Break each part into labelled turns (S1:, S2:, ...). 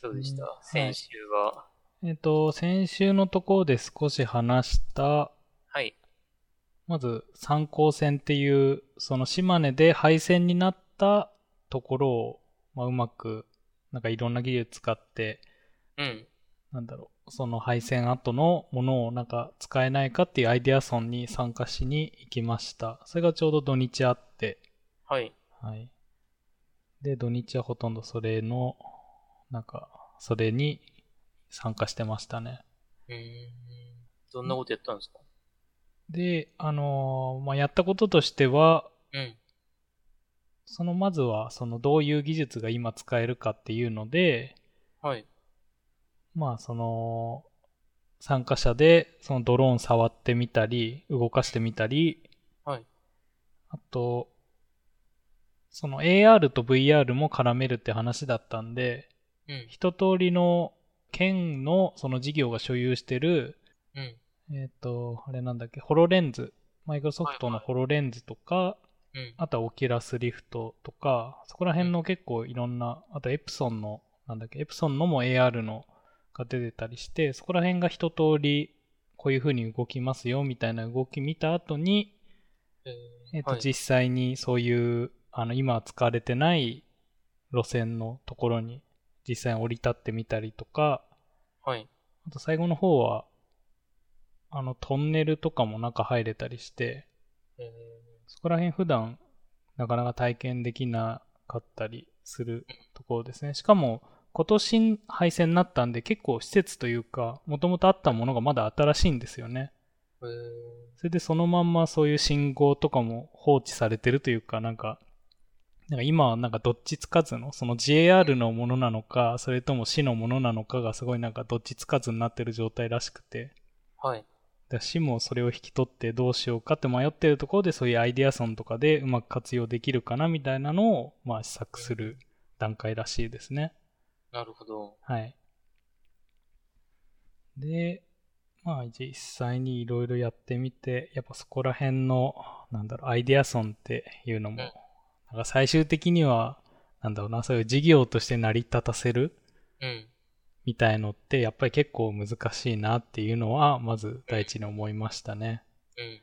S1: そうでした。
S2: うんは
S1: 先
S2: い
S1: 週は、
S2: えっと、先週のところで少し話した、
S1: はい。
S2: まず三高線っていう、その島根で廃線になったところを、まあ、うまく、なんかいろんな技術使って、
S1: うん。
S2: なんだろう、その配線後のものをなんか使えないかっていうアイデアソンに参加しに行きました。それがちょうど土日あって、
S1: はい。
S2: はい。で、土日はほとんどそれの、なんか、それに参加してましたね。
S1: うーん。どんなことやったんですか
S2: で、あのーまあ、やったこととしては、
S1: うん。
S2: そのまずは、そのどういう技術が今使えるかっていうので、
S1: はい。
S2: まあ、その、参加者で、そのドローン触ってみたり、動かしてみたり、
S1: はい。
S2: あと、その AR と VR も絡めるって話だったんで、
S1: うん。
S2: 一通りの県のその事業が所有してる、
S1: うん。
S2: えっ、と、あれなんだっけ、ホロレンズ。マイクロソフト
S1: はい
S2: の
S1: はい
S2: ホロレンズとか、
S1: うん。
S2: あとはオキュラスリフトとか、そこら辺の結構いろんな、あとエプソンの、なんだっけ、エプソンのも AR のが出てたりして、そこら辺が一通り、こういう風に動きますよみたいな動き見た後に、
S1: えー
S2: えっと
S1: はい
S2: 実際にそういうあの今は使われてない路線のところに実際に降り立ってみたりとか
S1: はい。
S2: あと最後の方はあのトンネルとかも中入れたりして
S1: えー
S2: そこら辺普段なかなか体験できなかったりするところですねしかも今年廃線になったんで結構施設というかもともとあったものがまだ新しいんですよね
S1: えー
S2: それでそのまんまそういう信号とかも放置されてるというか、なんか、なんか今はなんかどっちつかずの、その JR のものなのか、それとも市のものなのかがすごいなんかどっちつかずになってる状態らしくて、
S1: はい。
S2: だから市もそれを引き取ってどうしようかって迷ってるところで、そういうアイデアソンとかでうまく活用できるかなみたいなのを、まあ試作する段階らしいですね。
S1: なるほど。
S2: はい。で、まあ実際にいろいろやってみて、やっぱそこら辺の、なんだろう、アイデアソンっていうのも、
S1: うん
S2: なんか最終的には、なんだろうな、そういう事業として成り立たせる
S1: うん。
S2: みたいのって、やっぱり結構難しいなっていうのは、まず第一に思いましたね。
S1: うん。うん。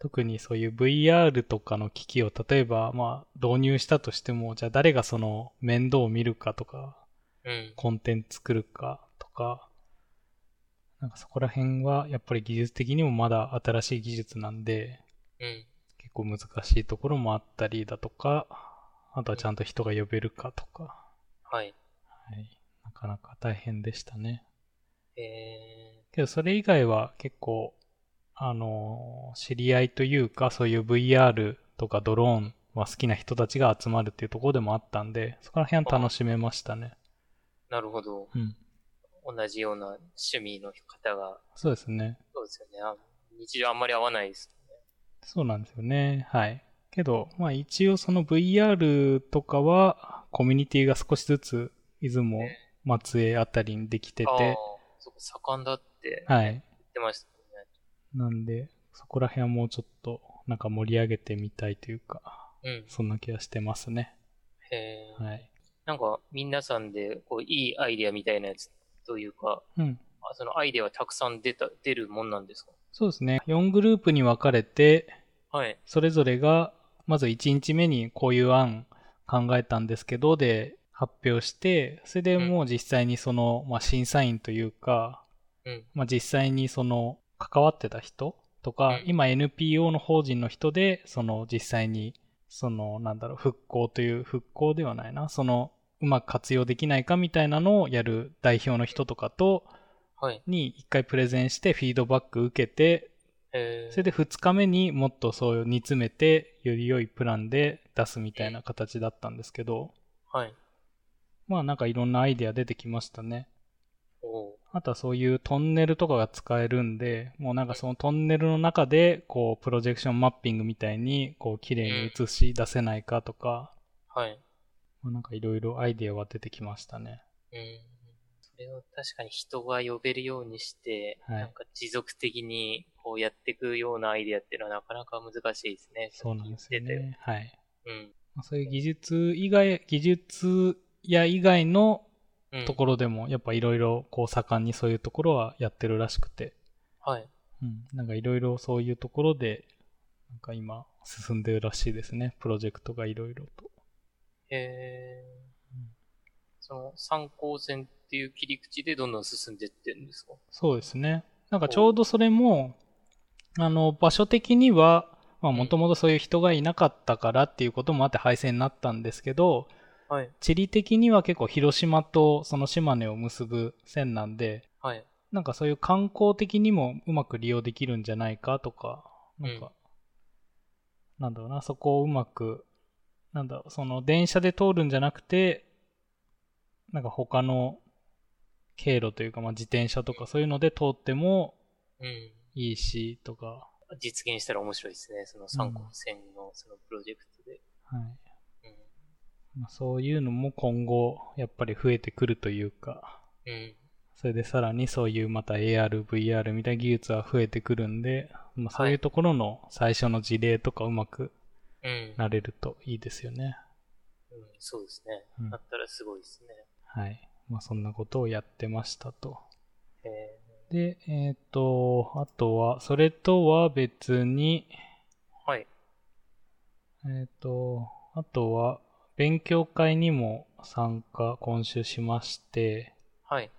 S2: 特にそういう VR とかの機器を例えば、まあ導入したとしても、じゃあ誰がその面倒を見るかとか、
S1: うん。
S2: コンテンツ作るかとか、なんかそこら辺はやっぱり技術的にもまだ新しい技術なんで、
S1: うん。
S2: 結構難しいところもあったりだとか、あとはちゃんと人が呼べるかとか、
S1: はい。
S2: はい、なかなか大変でしたね。
S1: え
S2: けどそれ以外は結構、あの、知り合いというか、そういう VR とかドローンは好きな人たちが集まるっていうところでもあったんで、そこら辺は楽しめましたね。
S1: ー、なるほど。
S2: うん。
S1: 同じような趣味の方が、
S2: そうですね。
S1: そうですよね。あ日常あんまり合わないです。
S2: そうなんですよね。はい。けど、まあ一応その VR とかは、コミュニティが少しずつ、出雲、松江あたりにできて
S1: ああー
S2: て、、
S1: そこ盛んだって言っ
S2: はい。
S1: てましたもんね。
S2: なんで、そこら辺はもうちょっと、なんか盛り上げてみたいというか、
S1: うん。
S2: そんな気はしてますね。
S1: へー
S2: はい。
S1: なんか、皆さんで、こう、いいアイデアみたいなやつというか、
S2: うん。
S1: あそのアイデアはたくさん出た、出るもんなんですか
S2: そうですね。4グループに分かれて、
S1: はい。
S2: それぞれが、まず1日目にこういう案考えたんですけど、で、発表して、それでもう実際にその、まあ審査員というか、
S1: うん。
S2: まあ、実際にその関わってた人とか、
S1: うん
S2: 今 NPO の法人の人でその実際にそのなんだろう復興という復興ではないなそのうまく活用できないかみたいなのをやる代表の人とかと
S1: はい。
S2: に一回プレゼンしてフィードバック受けて
S1: えー、
S2: それで2日目にもっとそういう煮詰めてより良いプランで出すみたいな形だったんですけど
S1: はい。
S2: まあなんかいろんなアイデア出てきましたね。
S1: おー
S2: あとはそういうトンネルとかが使えるんで、もうなんかそのトンネルの中で、こう、プロジェクションマッピングみたいに、こう、綺麗に映し出せないかとか、
S1: はい。
S2: まあなんかいろいろアイデアは出てきましたね。
S1: うん。それを確かに人が呼べるようにして、
S2: はい
S1: なんか持続的にこうやっていくようなアイデアっていうのはなかなか難しいですね。
S2: そうなんですよ
S1: さっき言って
S2: ね。はい。
S1: たよ。うん。
S2: まあそういう技術以外、技術や以外の
S1: うん
S2: ところでも、やっぱいろいろこう盛んにそういうところはやってるらしくて、
S1: はい。
S2: うん、なんかいろいろそういうところで、なんか今進んでるらしいですね、プロジェクトがいろいろと。
S1: えー
S2: うん
S1: その参考線っていう切り口でどんどん進んでってるんですか
S2: そうですね。なんかちょうどそれも、あの、場所的には、まあ
S1: うん
S2: もともとそういう人がいなかったからっていうこともあって廃線になったんですけど、
S1: はい。
S2: 地理的には結構広島とその島根を結ぶ線なんで、
S1: はい。
S2: なんかそういう観光的にもうまく利用できるんじゃないかとか、なんか、なんだろうな、そこをうまく、なんだろう、その電車で通るんじゃなくて、なんか他の経路というか、まあ、自転車とかそういうので通っても
S1: うん。
S2: いいしとか、
S1: 実現したら面白いですね。その参考線のそのプロジェクトで。
S2: はい
S1: うん。
S2: まあ、そういうのも今後やっぱり増えてくるというか、
S1: うん。
S2: それでさらにそういうまた AR、VR みたいな技術は増えてくるんで、まあ、そういうところの最初の事例とかうまく
S1: うん。
S2: なれるといいですよね。
S1: うん、そうですね。
S2: うん
S1: だったらすごいですね。
S2: はい。まあそんなことをやってましたと。
S1: え
S2: で、えっ、と、あとは、それとは別に、
S1: ー、はい。
S2: えっ、と、あとは、勉強会にも参加、今週しまして、
S1: はい。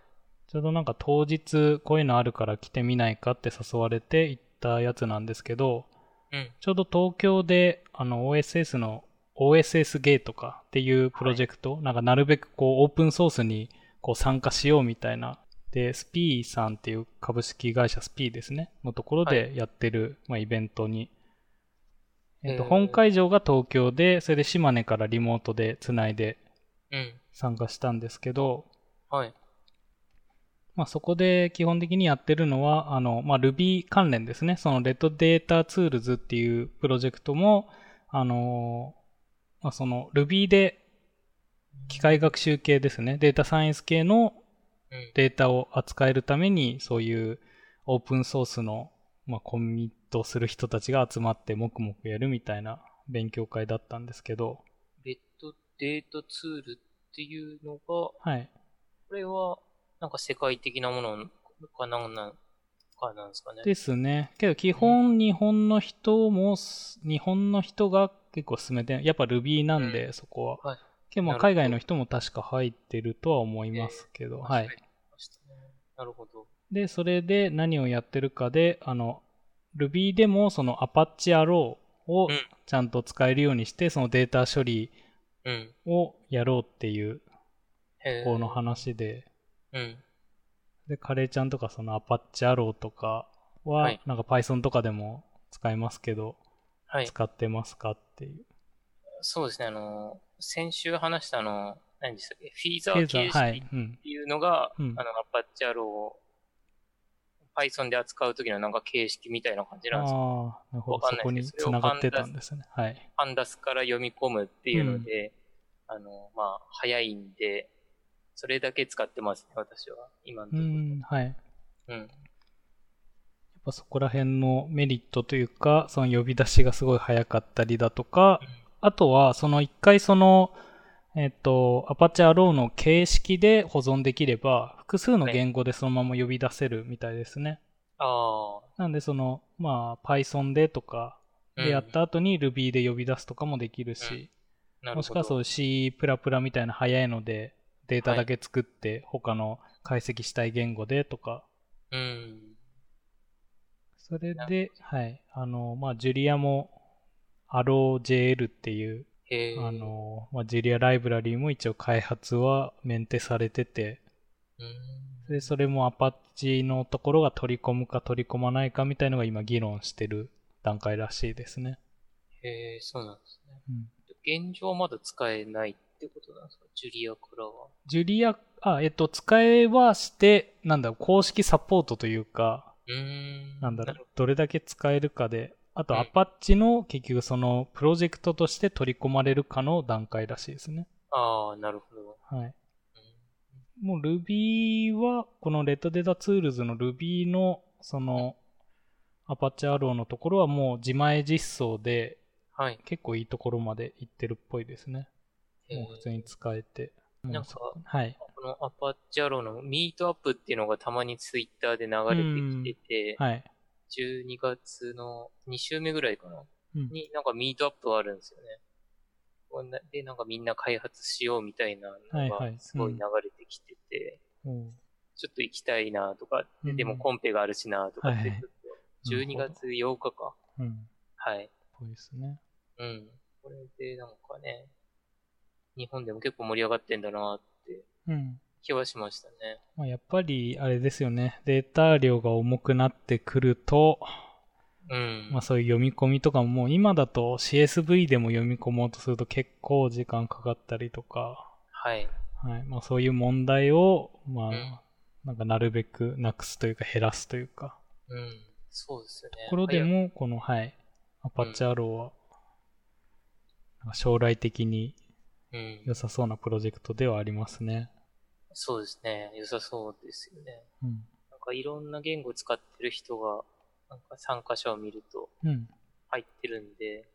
S2: ちょうどなんか当日、こういうのあるから来てみないかって誘われて行ったやつなんですけど、
S1: うん。
S2: ちょうど東京で、あの、OSS の OSS ゲートかっていうプロジェクト、なんかなるべくこう、オープンソースにこう参加しようみたいな。で、スピーさんっていう株式会社スピーですね、のところでやってる、まあ、イベントに。えっ、と、
S1: へー
S2: 本会場が東京で、それで島根からリモートでつないで
S1: うん。
S2: 参加したんですけど、
S1: はい。
S2: まあ、そこで基本的にやってるのは、あの、まあ、Ruby 関連ですね。その Red Data Tools っていうプロジェクトも、あのーまあ、その Ruby で機械学習系ですね。データサイエンス系の
S1: うん。
S2: データを扱えるために、そういうオープンソースの、まあ、コミットする人たちが集まって黙々やるみたいな勉強会だったんですけど、
S1: レッドデータツールっていうのが、こ
S2: はい。
S1: れは、なんか世界的なものかなんなんかなんですかね。
S2: ですね。けど基本日本の人もす、日本の人が結構進めて、やっぱ Ruby なんで、
S1: う
S2: そこは。
S1: はい
S2: けどま
S1: な
S2: あ
S1: るほど
S2: 海外の人も確か入ってるとは思いますけど、はい。
S1: なるほど。
S2: で、それで何をやってるかで、あの、Ruby でもその Apache Arrow
S1: う
S2: を
S1: ん
S2: ちゃんと使えるようにして、そのデータ処理
S1: うん。
S2: をやろうっていう
S1: へー
S2: この。話で、
S1: うん。
S2: で、カレーちゃんとかその Apache Arrow とかは、
S1: はい
S2: なんか Python とかでも使えますけど、
S1: はい。
S2: 使ってますかっていう。
S1: そうですね、あの、先週話したあの、何でしたっけ、フィーザ
S2: 経
S1: ー
S2: 済
S1: 形
S2: は
S1: 式
S2: い
S1: っ、
S2: うん、
S1: ていうのが、
S2: うん
S1: あの、アパッチャローを Python で扱うときのなんか形式みたいな感じなんですよ。
S2: ああ、なるほど、
S1: わか
S2: そ
S1: ん
S2: こ
S1: ない
S2: に
S1: ですけど
S2: 繋がってたんですね。はい。
S1: パンダスから読み込むっていうので、あの、まあ、早いんで、それだけ使ってますね、私は。今の
S2: う
S1: ところ。
S2: ん、はい。やっ
S1: うん。
S2: ぱそこら辺のメリットというか、その呼び出しがすごい早かったりだとか、あとは、その一回その、えっ、と、アパ c h e a r o の形式で保存できれば、複数の言語でそのまま呼び出せるみたいですね。
S1: あ
S2: なんで、その、まあ、Python でとか、
S1: あ。
S2: でやっ
S1: うん
S2: た後に Ruby で呼び出すとかもできる
S1: う
S2: し、
S1: んなるほど。
S2: もしくはそう
S1: う。
S2: う C++ みたいな早いのでデータだけ作って他の解析したい言語でとか、
S1: うん。
S2: それ
S1: な
S2: で、はい、あの、まあ、ジュリアも ArrowJL っていう、
S1: へー
S2: あ、の、まあ、ジュリアライブラリーも一応開発はメンテされてて、
S1: うん。
S2: で、それも Apache のところが取り込むか取り込まないかみたいのが今議論してる段階らしいですね。
S1: へえ、そうなんですね。
S2: うん
S1: 現状はまだ使えないってことなんですかジュリアからは。
S2: ジュリア、あ、えっと、使えはして、なんだろう、公式サポートというか、
S1: うーん。
S2: なんだろ
S1: なる
S2: う、どれだけ使えるかで、あと
S1: うん
S2: アパッチの結局そのプロジェクトとして取り込まれるかの段階らしいですね。
S1: ああ、なるほど。
S2: はい。
S1: うん
S2: もう Ruby は、この Red Data Tools の Ruby のそのアパッチ RO のところはもう自前実装で
S1: はい。
S2: 結構いいところまで行ってるっぽいですね。もう普通に使えて。
S1: なん
S2: もう
S1: か
S2: そこはい。
S1: ここのアパッチャロのミートアップっていうのがたまにツイッターで流れてきてて、
S2: はい。
S1: 12月の2週目ぐらいかな、
S2: うん
S1: になんかミートアップがあるんですよね。こんなで、なんかみんな開発しようみたいな
S2: は
S1: の
S2: いはい
S1: がすごい流れてきてて、
S2: おう
S1: ちょっと行きたいなとか、で
S2: うん
S1: でもコンペがあるしなとかって、
S2: はいはい
S1: 12月8日か。
S2: うん。
S1: はい。
S2: ぽいですね。
S1: うん。これでなんかね、日本でも結構盛り上がってんだなって
S2: うん。
S1: 気はしましたね。
S2: まあ、やっぱり、あれですよね。データ量が重くなってくると、
S1: うん。
S2: まあそういう読み込みとかも、もう今だと CSV でも読み込もうとすると結構時間かかったりとか、
S1: はい。
S2: はい。まあそういう問題を、ま
S1: うん
S2: あ、なんかなるべくなくすというか減らすというか、
S1: うん。そうですよね。
S2: ところでも、この、はい、アパッチアローは、なんか将来的に
S1: 早い、う
S2: 良
S1: ん。
S2: さそうなプロジェクトではありますね。
S1: そうですね。良さそうですよね。
S2: うん。
S1: なんかいろんな言語使ってる人が、なんか参加者を見ると
S2: うん。
S1: 入ってるんで、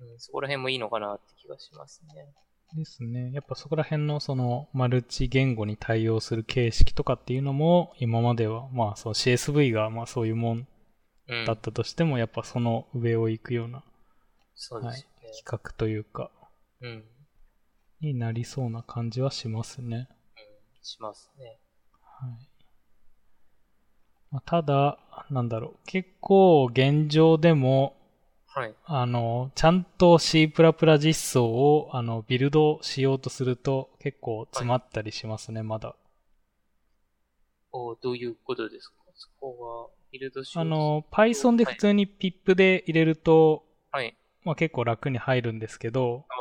S1: うん、そこら辺もいいのかなって気がしますね。
S2: ですね。やっぱそこら辺のそのマルチ言語に対応する形式とかっていうのも今まではまあその CSV がまあそういうもん
S1: うん。
S2: だったとしてもやっぱその上を行くような
S1: そうですよね。
S2: 企画というか
S1: うん。
S2: になりそうな感じはしますね。
S1: しますね。
S2: はい。まあ、ただ、なんだろう。結構現状でも
S1: はい。
S2: あの、ちゃんと C++ 実装をあのビルドしようとすると結構詰まったりしますね、まだ。
S1: おどういうことですかそこは、ビルドしよ
S2: あ
S1: うと
S2: の、Python で普通に PIP で入れると、
S1: はい。
S2: まあ、結構楽に入るんですけど、
S1: あ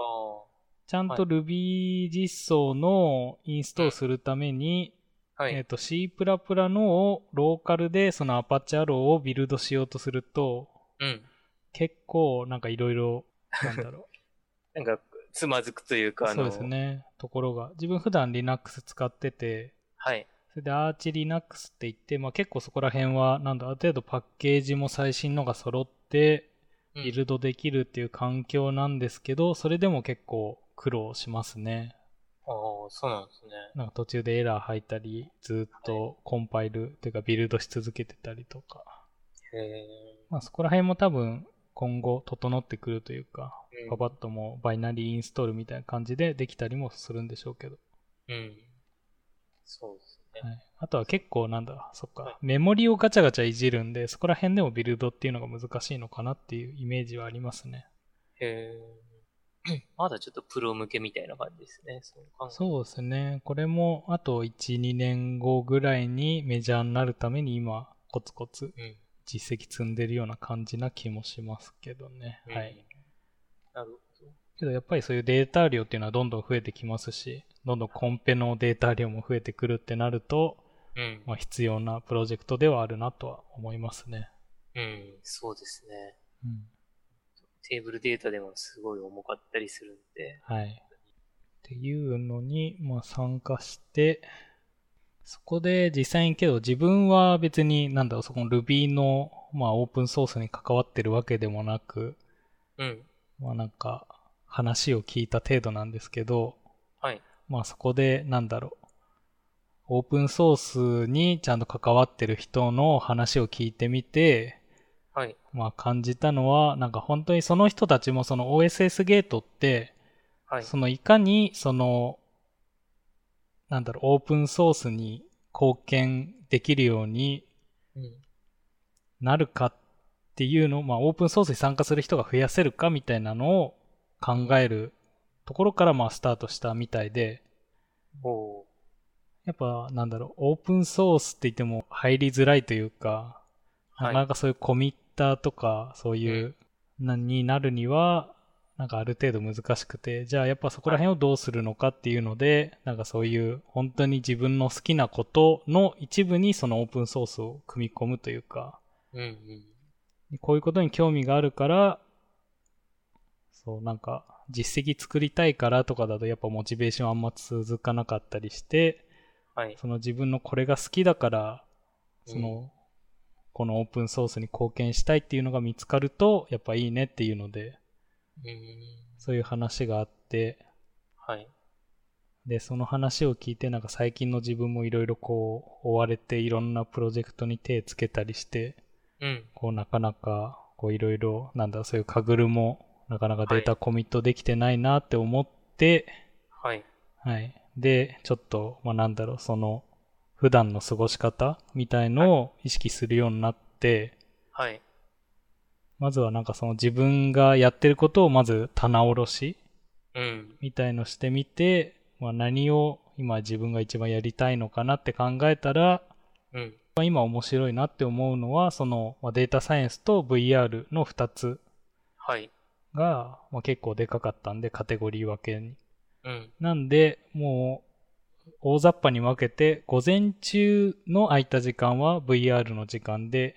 S2: ちゃん
S1: はい
S2: と Ruby 実装のインストールするために、
S1: あ。はい。
S2: えっと C++ のをローカルでその Apache Arrow をビルドしようとすると、
S1: うん。
S2: 結構なんかいろいろ、なんだろ
S1: なんか、つまずくという
S2: う
S1: か、。あ
S2: そ
S1: の、
S2: うですね、ところが。自分普段 Linux 使ってて、
S1: はい。
S2: それで ArchLinux って言って、まあ、結構そこら辺は、なんだ、ある程度パッケージも最新のが揃って、
S1: うん
S2: ビルドできるっていう環境なんですけど、それでも結構苦労しますね。
S1: ああ、そうなんですね。
S2: なんか途中でエラー入ったり、ずっとコンパイルというかビルドし続けてたりとか。
S1: へ
S2: まあそこら辺も多分今後整ってくるというか、
S1: え。うん
S2: パパッともうバイナリーインストールみたいな感じでできたりもするんでしょうけど。
S1: うん。そうですね。
S2: はい、あとは結構なんだ、そっ
S1: はい
S2: か、メモリをガチャガチャいじるんで、そこら辺でもビルドっていうのが難しいのかなっていうイメージはありますね。
S1: へえ。 まだちょっとプロ向けみたいな感じですね。そう考え
S2: そうですね。これもあと1、2年後ぐらいにメジャーになるために今、コツコツ
S1: う。うん。
S2: 実績積んでるような感じな気もしますけどね。
S1: うん
S2: はい。。
S1: なるほど。
S2: けどやっぱりそういうデータ量っていうのはどんどん増えてきますし、どんどんコンペのデータ量も増えてくるってなると、
S1: うん。
S2: まあ、必要なプロジェクトではあるなとは思いますね。
S1: うん。そうですね。
S2: うん
S1: テーブルデータでもすごい重かったりするんで。
S2: はい。っていうのに、まあ、参加して、そこで実際にけど自分は別になんだろう、そこの Ruby の、まあ、オープンソースに関わってるわけでもなく、
S1: うん。
S2: まあなんか話を聞いた程度なんですけど、
S1: はい。
S2: まあそこでなんだろう、オープンソースにちゃんと関わってる人の話を聞いてみて、
S1: はい。
S2: まあ感じたのは、なんか本当にその人たちもその OSS ゲートって、
S1: はい。
S2: そのいかにそのなんだろうオープンソースに貢献できるように
S1: うん。
S2: なるかっていうのを、まあ、オープンソースに参加する人が増やせるかみたいなのを考えるところからまあスタートしたみたいで
S1: おー
S2: やっぱなんだろうオープンソースって言っても入りづらいというかな
S1: は
S2: か
S1: い
S2: なかそういうコミッターとかそういうなになるにはなんかある程度難しくてじゃあやっぱそこら辺をどうするのかっていうのでなんかそういう本当に自分の好きなことの一部にそのオープンソースを組み込むというか
S1: うんうん。
S2: こういうことに興味があるからそうなんか実績作りたいからとかだとやっぱモチベーションあんま続かなかったりして
S1: はい。
S2: その自分のこれが好きだから、
S1: うん
S2: その、このオープンソースに貢献したいっていうのが見つかると、やっぱいいねっていうので、
S1: うん。
S2: そういう話があって、
S1: はい。
S2: で、その話を聞いて、なんか最近の自分もいろいろこう、追われていろんなプロジェクトに手つけたりして、
S1: うん。
S2: こうなかなか、こういろいろ、なんだ、そういうカグルも、なかなかデータコミットできてないなって思って、
S1: はい。
S2: はい。で、ちょっと、まあ、なんだろう、その、普段の過ごし方みたいのを意識するようになって、
S1: はい。
S2: まずはなんかその自分がやってることをまず棚卸し
S1: うん。
S2: みたいのしてみて、まあ、何を今自分が一番やりたいのかなって考えたら、
S1: うん。
S2: まあ今面白いなって思うのは、そのまあデータサイエンスと VR の2つ
S1: はい。
S2: が、まあ、結構でかかったんで、カテゴリー分けに。
S1: うん。
S2: なんで、もう、大雑把に分けて、午前中の空いた時間は VR の時間で、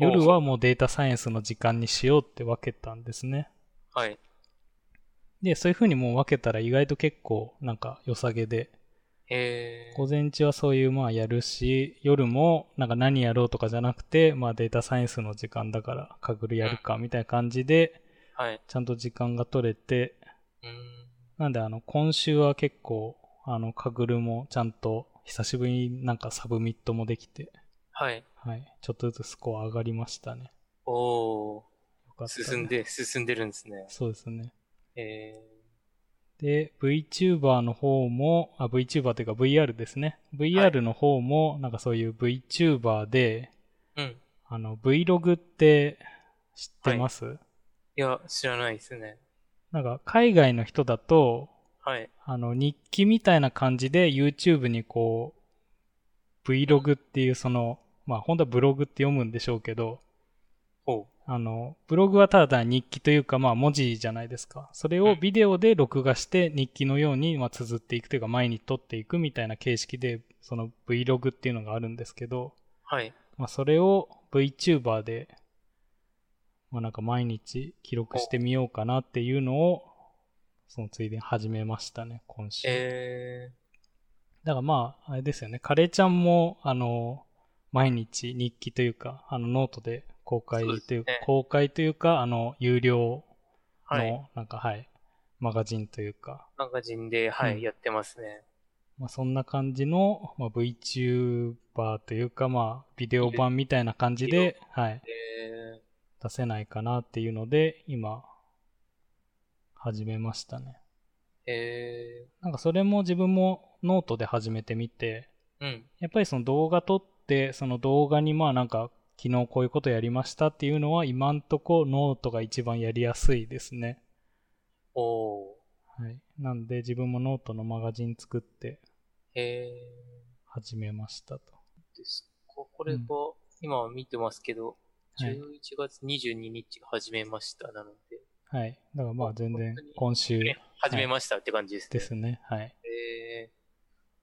S2: 夜はもうデータサイエンスの時間にしようって分けたんですね。
S1: はい。
S2: で、そういう風にもう分けたら意外と結構なんか良さげで、
S1: えー
S2: 午。前中はそういうまあやるし、夜もなんか何やろうとかじゃなくて、まあデータサイエンスの時間だから、かぐるやるかみたいな感じで、
S1: はい。
S2: ちゃんと時間が取れて、
S1: うん。
S2: なんで、あの、今週は結構、あの、かぐるもちゃんと、久しぶりになんかサブミットもできて、
S1: はい。
S2: はい。ちょっとずつスコア上がりましたね。
S1: お
S2: よか
S1: ー。
S2: ったね
S1: 進ん。で、進んでるんですね。
S2: そうですね。
S1: え
S2: で、VTuber の方も、あ、VTuber というか VR ですね。VR の方も、なんかそういう VTuber で、
S1: ー。うん。
S2: あの、Vlog って知ってます、
S1: いや、知らないですね。
S2: なんか海外の人だと、
S1: はい。
S2: あの、日記みたいな感じで YouTube にこう、Vlog っていうその、まあ本当はブログって読むんでしょうけど、
S1: ほ
S2: あの、ブログはただ単に日記というかまあ文字じゃないですか。それ
S1: う
S2: を
S1: ん
S2: ビデオで録画して日記のようにまあ綴っていくというか前に撮っていくみたいな形式で、その Vlog っていうのがあるんですけど、
S1: う。はい。
S2: まあそれを VTuber で、まあなんか毎日記録してみようかなっていうのを、そのついでに始めましたね、今週。
S1: え
S2: だからまあ、あれですよね。カレーちゃんも、あの、毎日日記というか、あの、ノートで公開
S1: そうです
S2: という
S1: ね
S2: 公開というか、あの、有料
S1: ー。はい。
S2: の、なんか、はい、マガジンというか、
S1: マガジンで、はい、
S2: うん
S1: やってますね。
S2: まあ、そんな感じの、まあ、VTuber というか、まあ、ビデオ版みたいな感じで、はい、
S1: え
S2: 出せないかなっていうので、今、始めましたね。
S1: ー。え
S2: なんか、それも自分もノートで始めてみて、
S1: ー。うん。
S2: やっぱりその動画撮って、その動画にまあなんか、昨日こういうことやりましたっていうのは、今んとこノートが一番やりやすいですね。
S1: おー。
S2: はい。なんで自分もノートのマガジン作って
S1: え
S2: 始めましたと。
S1: ー。ですか。これが
S2: うん、
S1: 今見てますけど、
S2: はい。
S1: 11月22日始めました。なので、
S2: はい。だからまあ全然
S1: 本当に
S2: 今週
S1: ね始めましたって感じですね。
S2: ですね。はい。
S1: え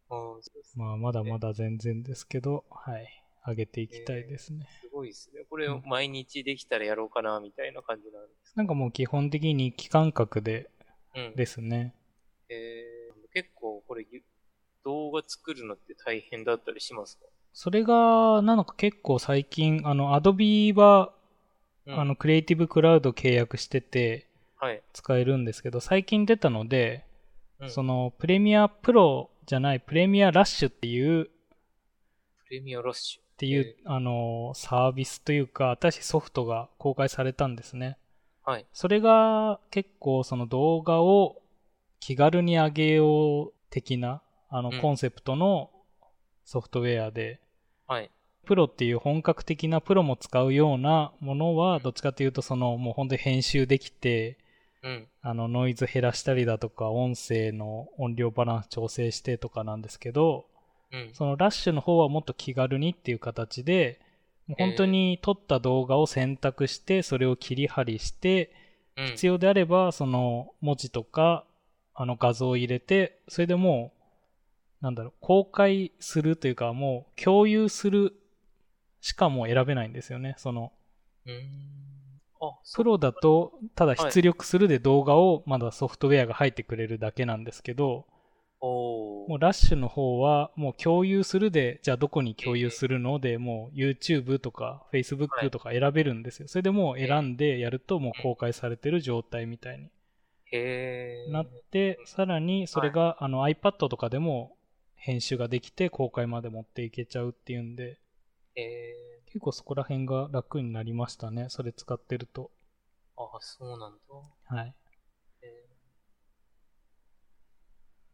S1: ー。うん、そうですね
S2: まあまだまだ全然ですけど、はい。上げていきたいですね。
S1: すごいですね。これ
S2: うん、
S1: 毎日できたらやろうかな、みたいな感じなんです
S2: なんかもう基本的に期間隔で
S1: けど。うん。
S2: ですね。
S1: えー、結構これ、ゆ動画作るのって大変だったりしますか、
S2: それが、なんか結構最近、あの、Adobe は
S1: うん
S2: あの、、クリエイティブクラウド契約してて
S1: はい。
S2: 使えるんですけど、最近出たので、
S1: うん
S2: その、プレミアプロじゃない、プレミアラッシュっていう、っ
S1: プレミアラッシ
S2: ていう
S1: え、
S2: あの、サービスというか、新しいソフトが公開されたんですね。
S1: ュ。はい。
S2: それが結構その動画を気軽に上げよう的な、あの
S1: う、ん
S2: コンセプトのソフトウェアで、
S1: はい。
S2: プロっていう本格的なプロも使うようなものは、どっちかというと、その、もう本当に編集できて、
S1: うん。
S2: あのノイズ減らしたりだとか音声の音量バランス調整してとかなんですけど
S1: うん。
S2: そのラッシュの方はもっと気軽にっていう形でもう
S1: えー
S2: 本当に撮った動画を選択してそれを切り貼りして
S1: うん
S2: 必要であればその文字とかあの画像を入れてそれでもうなんだろう公開するというかもう共有するしかもう選べないんですよねその
S1: うん。あ、そ
S2: プ
S1: う。
S2: ロだと、ただ出力するで動画をまだソフトウェアが入ってくれるだけなんですけど、
S1: おー
S2: もうラッシュの方は、もう共有するで、じゃあどこに共有するので、もう YouTube とか Facebook とか選べるんですよ。それでもう選んでやると、もう公開されてる状態みたいに
S1: へえ。
S2: なって、さらにそれが、あの iPad とかでも編集ができて公開まで持っていけちゃうっていうんで、
S1: へえ。
S2: 結構そこら辺が楽になりましたね。それ使ってると。
S1: あ、そうなんだ。
S2: はい。
S1: へえ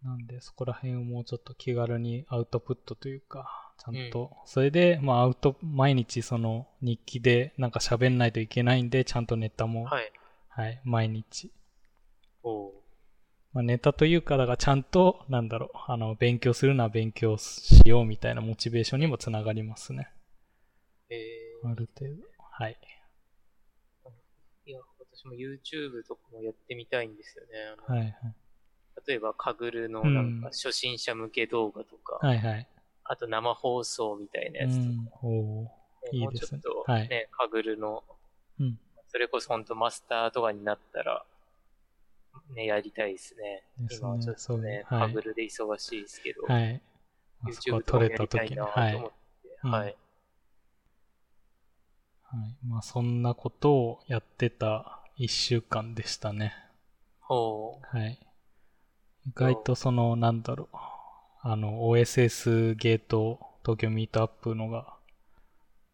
S2: なんで、そこら辺をもうちょっと気軽にアウトプットというか、ちゃんと、それで、まあ、アウト、毎日その日記でなんか喋んないといけないんで、ちゃんとネタも、はい、
S1: はい。
S2: 毎日。
S1: おう
S2: まあ、ネタというか、だからちゃんと、なんだろう、あの、勉強するなら勉強しようみたいなモチベーションにもつながりますね。
S1: へえ。
S2: ある程度。はい。
S1: いや、私も YouTube とかもやってみたいんですよね。あの
S2: はいはい。
S1: 例えば、カグルのなんか初心者向け動画とか、
S2: はいはい。
S1: あと生放送みたいな
S2: う
S1: やつとか、
S2: ん。おー
S1: ね
S2: い
S1: も
S2: いうで
S1: ち
S2: す
S1: ょ
S2: ね
S1: っと
S2: はい
S1: ね、カグルの、
S2: うん。
S1: それこそ本当マスターとかになったら、ね、やりたいですね。
S2: ですね
S1: 今はちょっとね、
S2: そうはい
S1: カグルで忙しいですけど、
S2: はい。まあそこ
S1: YouTube
S2: は
S1: とかも
S2: 取
S1: や
S2: れ
S1: り
S2: た
S1: た
S2: 時
S1: い
S2: に。
S1: な
S2: は
S1: と
S2: い
S1: 思っ。て、
S2: うん
S1: はい。
S2: はい。まあ、そんなことをやってた一週間でしたね。
S1: ほう。
S2: はい。意外とその、なんだろう。あの、OSS ゲート東京ミートアップのが、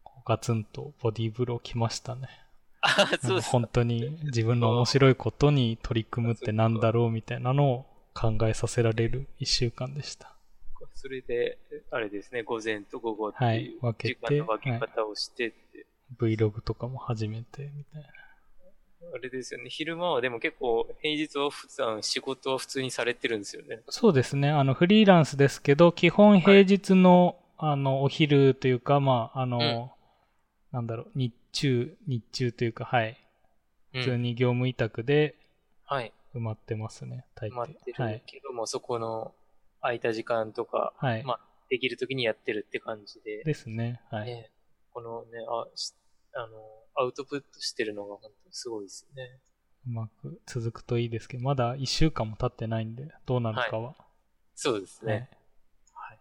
S2: こうガツンとボディーブロー来ましたね。
S1: あ、
S2: な
S1: そう
S2: んか
S1: ですね
S2: 本当に自分の面白いことに取り組むってなんだろうみたいなのを考えさせられる一週間でした。
S1: それで、あれですね、午前と午後って
S2: はい
S1: いう
S2: 分けて
S1: 時間の分け方をしてって、
S2: Vlog とかも始めてみたいな。
S1: あれですよね、昼間はでも結構平日は普段仕事は普通にされてるんですよね。
S2: そうですね。あの、フリーランスですけど、基本平日の、あの、お昼というか、まあ、あの、
S1: うん
S2: なんだろう、日中、日中というか、はい。
S1: う
S2: 普通
S1: ん、
S2: に業務委託で
S1: はい。
S2: 埋まってますね、大抵。
S1: 待って
S2: は
S1: る
S2: い。
S1: けども、そこの空いた時間とか、
S2: はい。
S1: まあ、できる時にやってるって感じで、
S2: ですね。はい。
S1: ね、このね、あ、しあの、アウトプットしてるのが本当にすごいですね。
S2: うまく続くといいですけど、まだ1週間も経ってないんで、どうなるかは。
S1: そうですね。
S2: はい。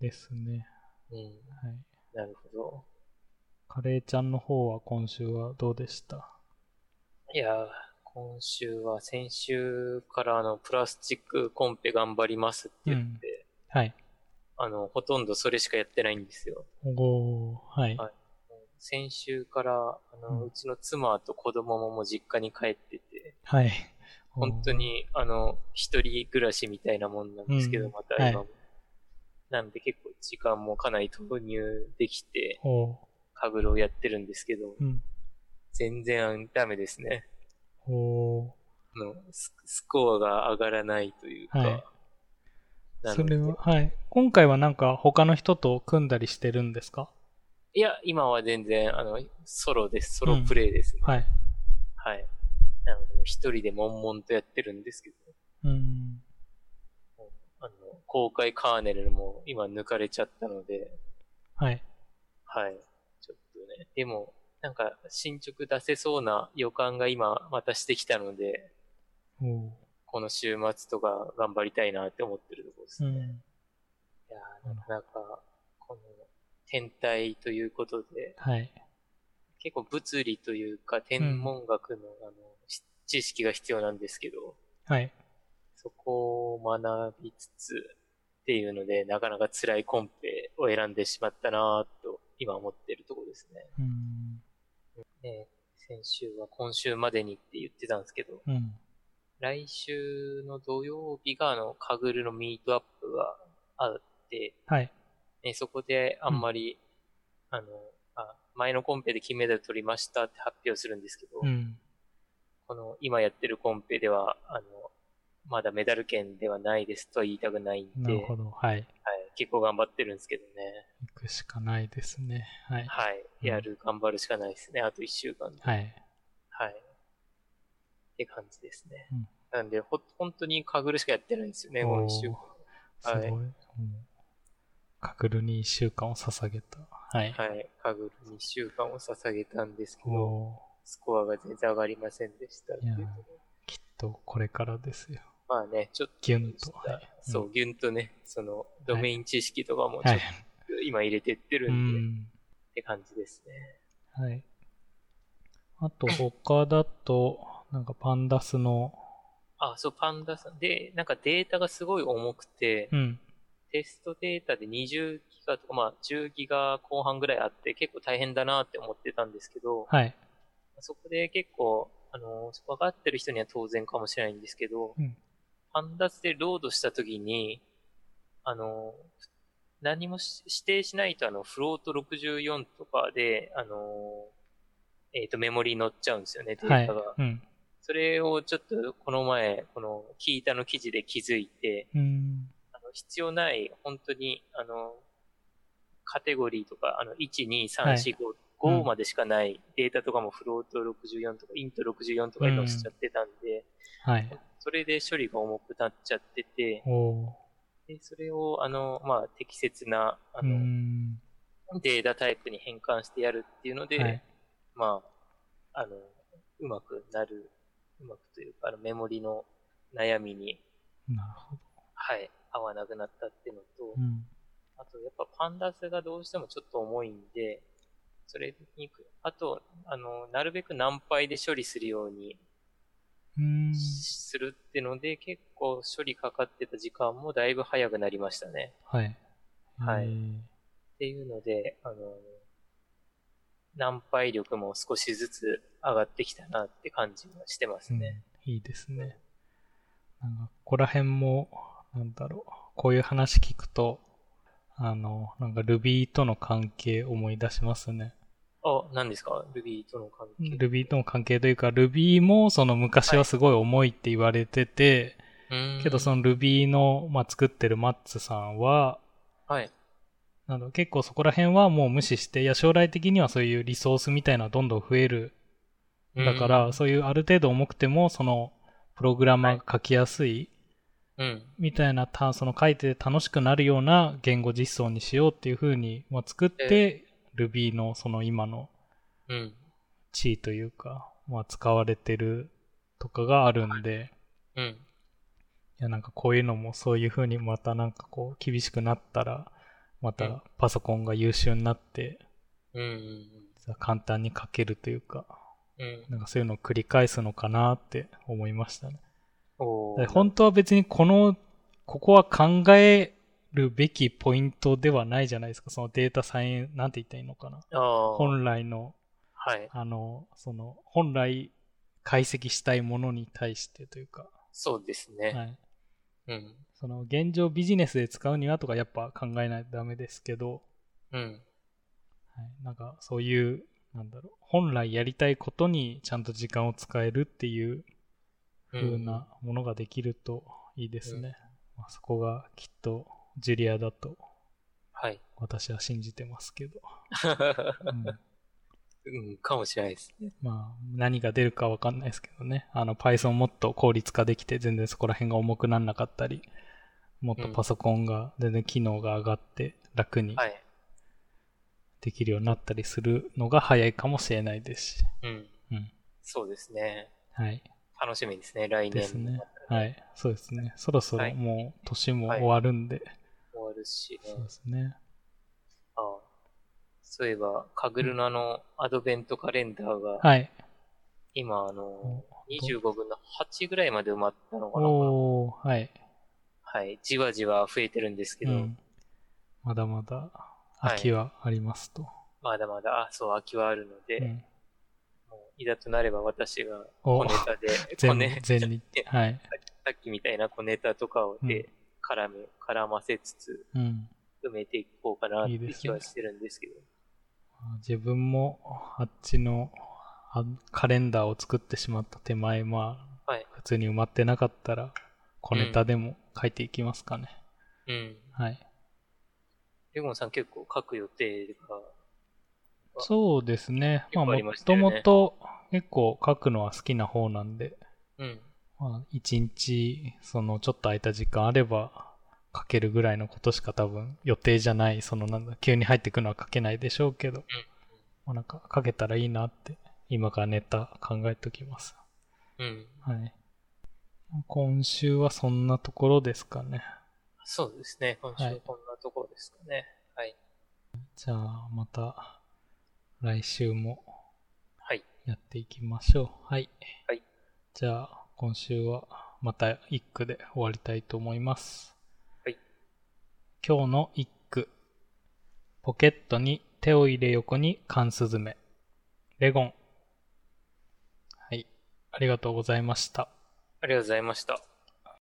S2: ですね。
S1: うん。
S2: はい。
S1: なるほど。
S2: カレーちゃんの方は今週はどうでした
S1: いやー、今週は先週からあの、プラスチックコンペ頑張りますって言って、
S2: はい。
S1: あの、ほとんどそれしかやってないんですよ。
S2: おー、はい。
S1: はい先週から、あの、
S2: う
S1: うんちの妻と子供ももう実家に帰ってて、
S2: はい。
S1: 本当に、あの、一人暮らしみたいなもんなんですけど、
S2: うん
S1: また今も。なんで結構時間もかなり投入できて、
S2: おー。おー
S1: カグルをやってるんですけど、
S2: うん。
S1: 全然ダメですね。
S2: お
S1: あのススコアが上がらないというか。
S2: はい
S1: な
S2: そ
S1: ので
S2: れは、はい。今回はなんか他の人と組んだりしてるんですか
S1: いや、今は全然、あの、ソロです。ソロプレイですね、
S2: はい。
S1: はい。なので、もう一人で悶々とやってるんですけど、
S2: うん。
S1: あの、公開カーネルも今抜かれちゃったので、
S2: はい。
S1: はい。ちょっとね。でも、なんか、進捗出せそうな予感が今、またしてきたので、
S2: おー
S1: この週末とか頑張りたいなって思ってるところです
S2: う
S1: ね。い
S2: ん。
S1: やーなかなか、この、天体ということで、
S2: はい。
S1: 結構物理というか、天文学の、あの、し知識が必要なんですけど、
S2: はい。
S1: そこを学びつつっていうので、なかなか辛いコンペを選んでしまったなぁと、今思ってるところですね。
S2: うん。
S1: ね先週は今週までにって言ってたんですけど、
S2: うん。
S1: 来週の土曜日があの、カグルのミートアップがあって、
S2: はい。
S1: ね、そこであんまり、あのあ、前のコンペで金メダル取りましたって発表するんですけど、
S2: うん。
S1: この今やってるコンペでは、あの、まだメダル圏ではないですとは言いたくないん
S2: な
S1: で、
S2: るほど。はい。
S1: はい、結構頑張ってるんですけどね。
S2: 行くしかないですね。はい。
S1: はい。
S2: うん
S1: やる、頑張るしかないですね。あと1週間で。
S2: はい。
S1: はい。って感じですね。
S2: うん
S1: なんで、ほ、本当にかぐるしかやってないんですよね、こ
S2: お
S1: の
S2: ー
S1: 1週間。
S2: すごい。もうカクルに1週間を捧げた。はい。
S1: はい。かぐる2週間を捧げたんですけど、
S2: おー
S1: スコアが全然上がりませんでしたっていうところ
S2: きっとこれからですよ。
S1: まあね、ちょっと
S2: ギュンと。
S1: した
S2: はい。
S1: そう、ぎゅんとね、その、ドメイン知識とかもちょ
S2: は
S1: っ
S2: い。
S1: と今入れてってる
S2: うん
S1: で、っ
S2: ん。
S1: て感じですね。
S2: はい。あと他だと、なんかパンダスの、
S1: あ、そう、パンダさん。で、なんかデータがすごい重くて、
S2: うん、
S1: テストデータで20ギガとか、まあ10ギガ後半ぐらいあって、結構大変だなって思ってたんですけど、
S2: はい。
S1: そこで結構、あのー、分かってる人には当然かもしれないんですけど、
S2: うん
S1: ハンダスでロードした時に、あのー、何もし指定しないと、あの、フロート64とかで、あのー、えっ、と、メモリに乗っちゃうんですよね、デ
S2: は
S1: ー
S2: い
S1: タが。。
S2: うん。
S1: それをちょっと、この前、この、キータの記事で気づいて、
S2: うん。
S1: あの必要ない、本当に、あの、カテゴリーとか、あの、1、2、3、
S2: はい
S1: 4、5、
S2: うん
S1: 5までしかないデータとかもフロート64とか、イント64とかに載せちゃってたんで、
S2: はい。
S1: それで処理が重くなっちゃってて、
S2: おお
S1: でそれを、あの、まあ、適切な、あ
S2: ー。う
S1: の、
S2: ん。
S1: データタイプに変換してやるっていうので、
S2: はい。
S1: まあ、あの、うまくなる、うまくというか、あの、メモリの悩みに、
S2: なるほど。
S1: はい、合わなくなったっていうのと、
S2: うん。
S1: あと、やっぱパンダスがどうしてもちょっと重いんで、それに、あと、あの、なるべく難配で処理するように
S2: うん。
S1: するってので、結構処理かかってた時間もだいぶ早くなりましたね。
S2: はい。
S1: はい
S2: えー
S1: っていうので、あの、難配力も少しずつ上がってきたなって感じがしてますね。
S2: うん、いいですね。なんか、ここら辺も、なんだろう、こういう話聞くと、あの、なんか Ruby との関係思い出しますね。
S1: あ、何ですか ?Ruby との関係。
S2: Ruby との関係というか、Ruby もその昔はすごい重いって言われてて、
S1: うん
S2: けどその Ruby の、まあ、作ってるマッツさんは、
S1: はい。
S2: なんだろう結構そこら辺はもう無視して、いや将来的にはそういうリソースみたいなのはどんどん増えるだか
S1: う
S2: ら、
S1: ん、
S2: そういうある程度重くても、その、プログラマーが書きやすい
S1: うん。
S2: みたいな、たその書いて楽しくなるような言語実装にしようっていう風に、まあ、作って、Ruby のその今の
S1: うん。
S2: 地位というか、まあ、使われてるとかがあるんで、い、
S1: うん。
S2: や、なんかこういうのもそういう風にまたなんかこう、厳しくなったら、ま
S1: うん
S2: たパソコンが優秀になって、
S1: うん。うん
S2: 簡単に書けるというか、
S1: うん。
S2: なんかそういうのを繰り返すのかなって思いましたね。
S1: おー
S2: で本当は別にこの、ここは考えるべきポイントではないじゃないですか。そのデータサイエン、なんて言ったらいいのかな。
S1: ああ。
S2: 本来の、
S1: はい。
S2: あの、その、本来解析したいものに対してというか、
S1: そうですね。
S2: はい。
S1: うん。
S2: その、現状ビジネスで使うにはとかやっぱ考えないとダメですけど、
S1: うん。
S2: はい、なんかそういう、なんだろう、本来やりたいことにちゃんと時間を使えるっていう風なものができるといいですね。まあ、そこがきっとジュリアだと
S1: はい。
S2: 私は信じてますけど、うん
S1: うん、かもしれないですね。
S2: まあ何が出るかわかんないですけどねあの Python もっと効率化できて全然そこら辺が重くならなかったりもっとパソコンが全然機能が上がって楽に
S1: はい。
S2: できるようになったりするのが早いかもしれないですし、
S1: うん。
S2: うん
S1: そうですね。
S2: はい、
S1: 楽しみですね。来
S2: です
S1: 年
S2: ね
S1: も
S2: はいそうですねそろそ
S1: は
S2: ろ
S1: い
S2: もう年も終わるんで、
S1: 終わるしね
S2: そう。ですね
S1: ああそういえば、カグルのあの、アドベントカレンダーが、
S2: はい
S1: 今、あの、
S2: お
S1: 25分の8ぐらいまで埋まったのかな。
S2: おーはい
S1: はい。じわじわ増えてるんですけ
S2: う
S1: ど、
S2: ん、まだまだ秋はありますと、
S1: まだまだ、あ、そう、空きはあるの
S2: う
S1: で、
S2: ん
S1: もういざとなれば私が、
S2: お
S1: 小ネタで、小
S2: 全
S1: ネ
S2: 全にはい、
S1: さっきみたいな小ネタとかをで絡め、絡ませつつ
S2: うん、
S1: 埋めていこうかなっ
S2: い
S1: て
S2: いです
S1: 気
S2: ね
S1: はしてるんですけど。
S2: 自分もあっちのあカレンダーを作ってしまった手前まあ、
S1: はい
S2: 普通に埋まってなかったら小ネタでも書いていきますかね、
S1: うん。
S2: はい
S1: レゴンさん結構書く予定が、
S2: そうですねまあ
S1: 結構あ
S2: も
S1: りました
S2: と
S1: よね
S2: もと結構書くのは好きな方なんで、
S1: うん。
S2: まあ、一日そのちょっと空いた時間あれば書けるぐらいのことしか多分予定じゃないそのなんだ急に入ってくのは書けないでしょうけど、まあ、なんか書けたらいいなって今からネタ考えときます
S1: うん。
S2: はい今週はそんなところですかね
S1: そうですね。今週
S2: はい
S1: こんなところですかね。はい。
S2: じゃあまた来週も
S1: はい。
S2: やっていきましょうはい、
S1: はい
S2: じゃあ、今週はまた一句で終わりたいと思います。
S1: はい。
S2: 今日の一句。ポケットに手を入れ横に缶スズメ。レゴン。はい。ありがとうございました。
S1: ありがとうございました。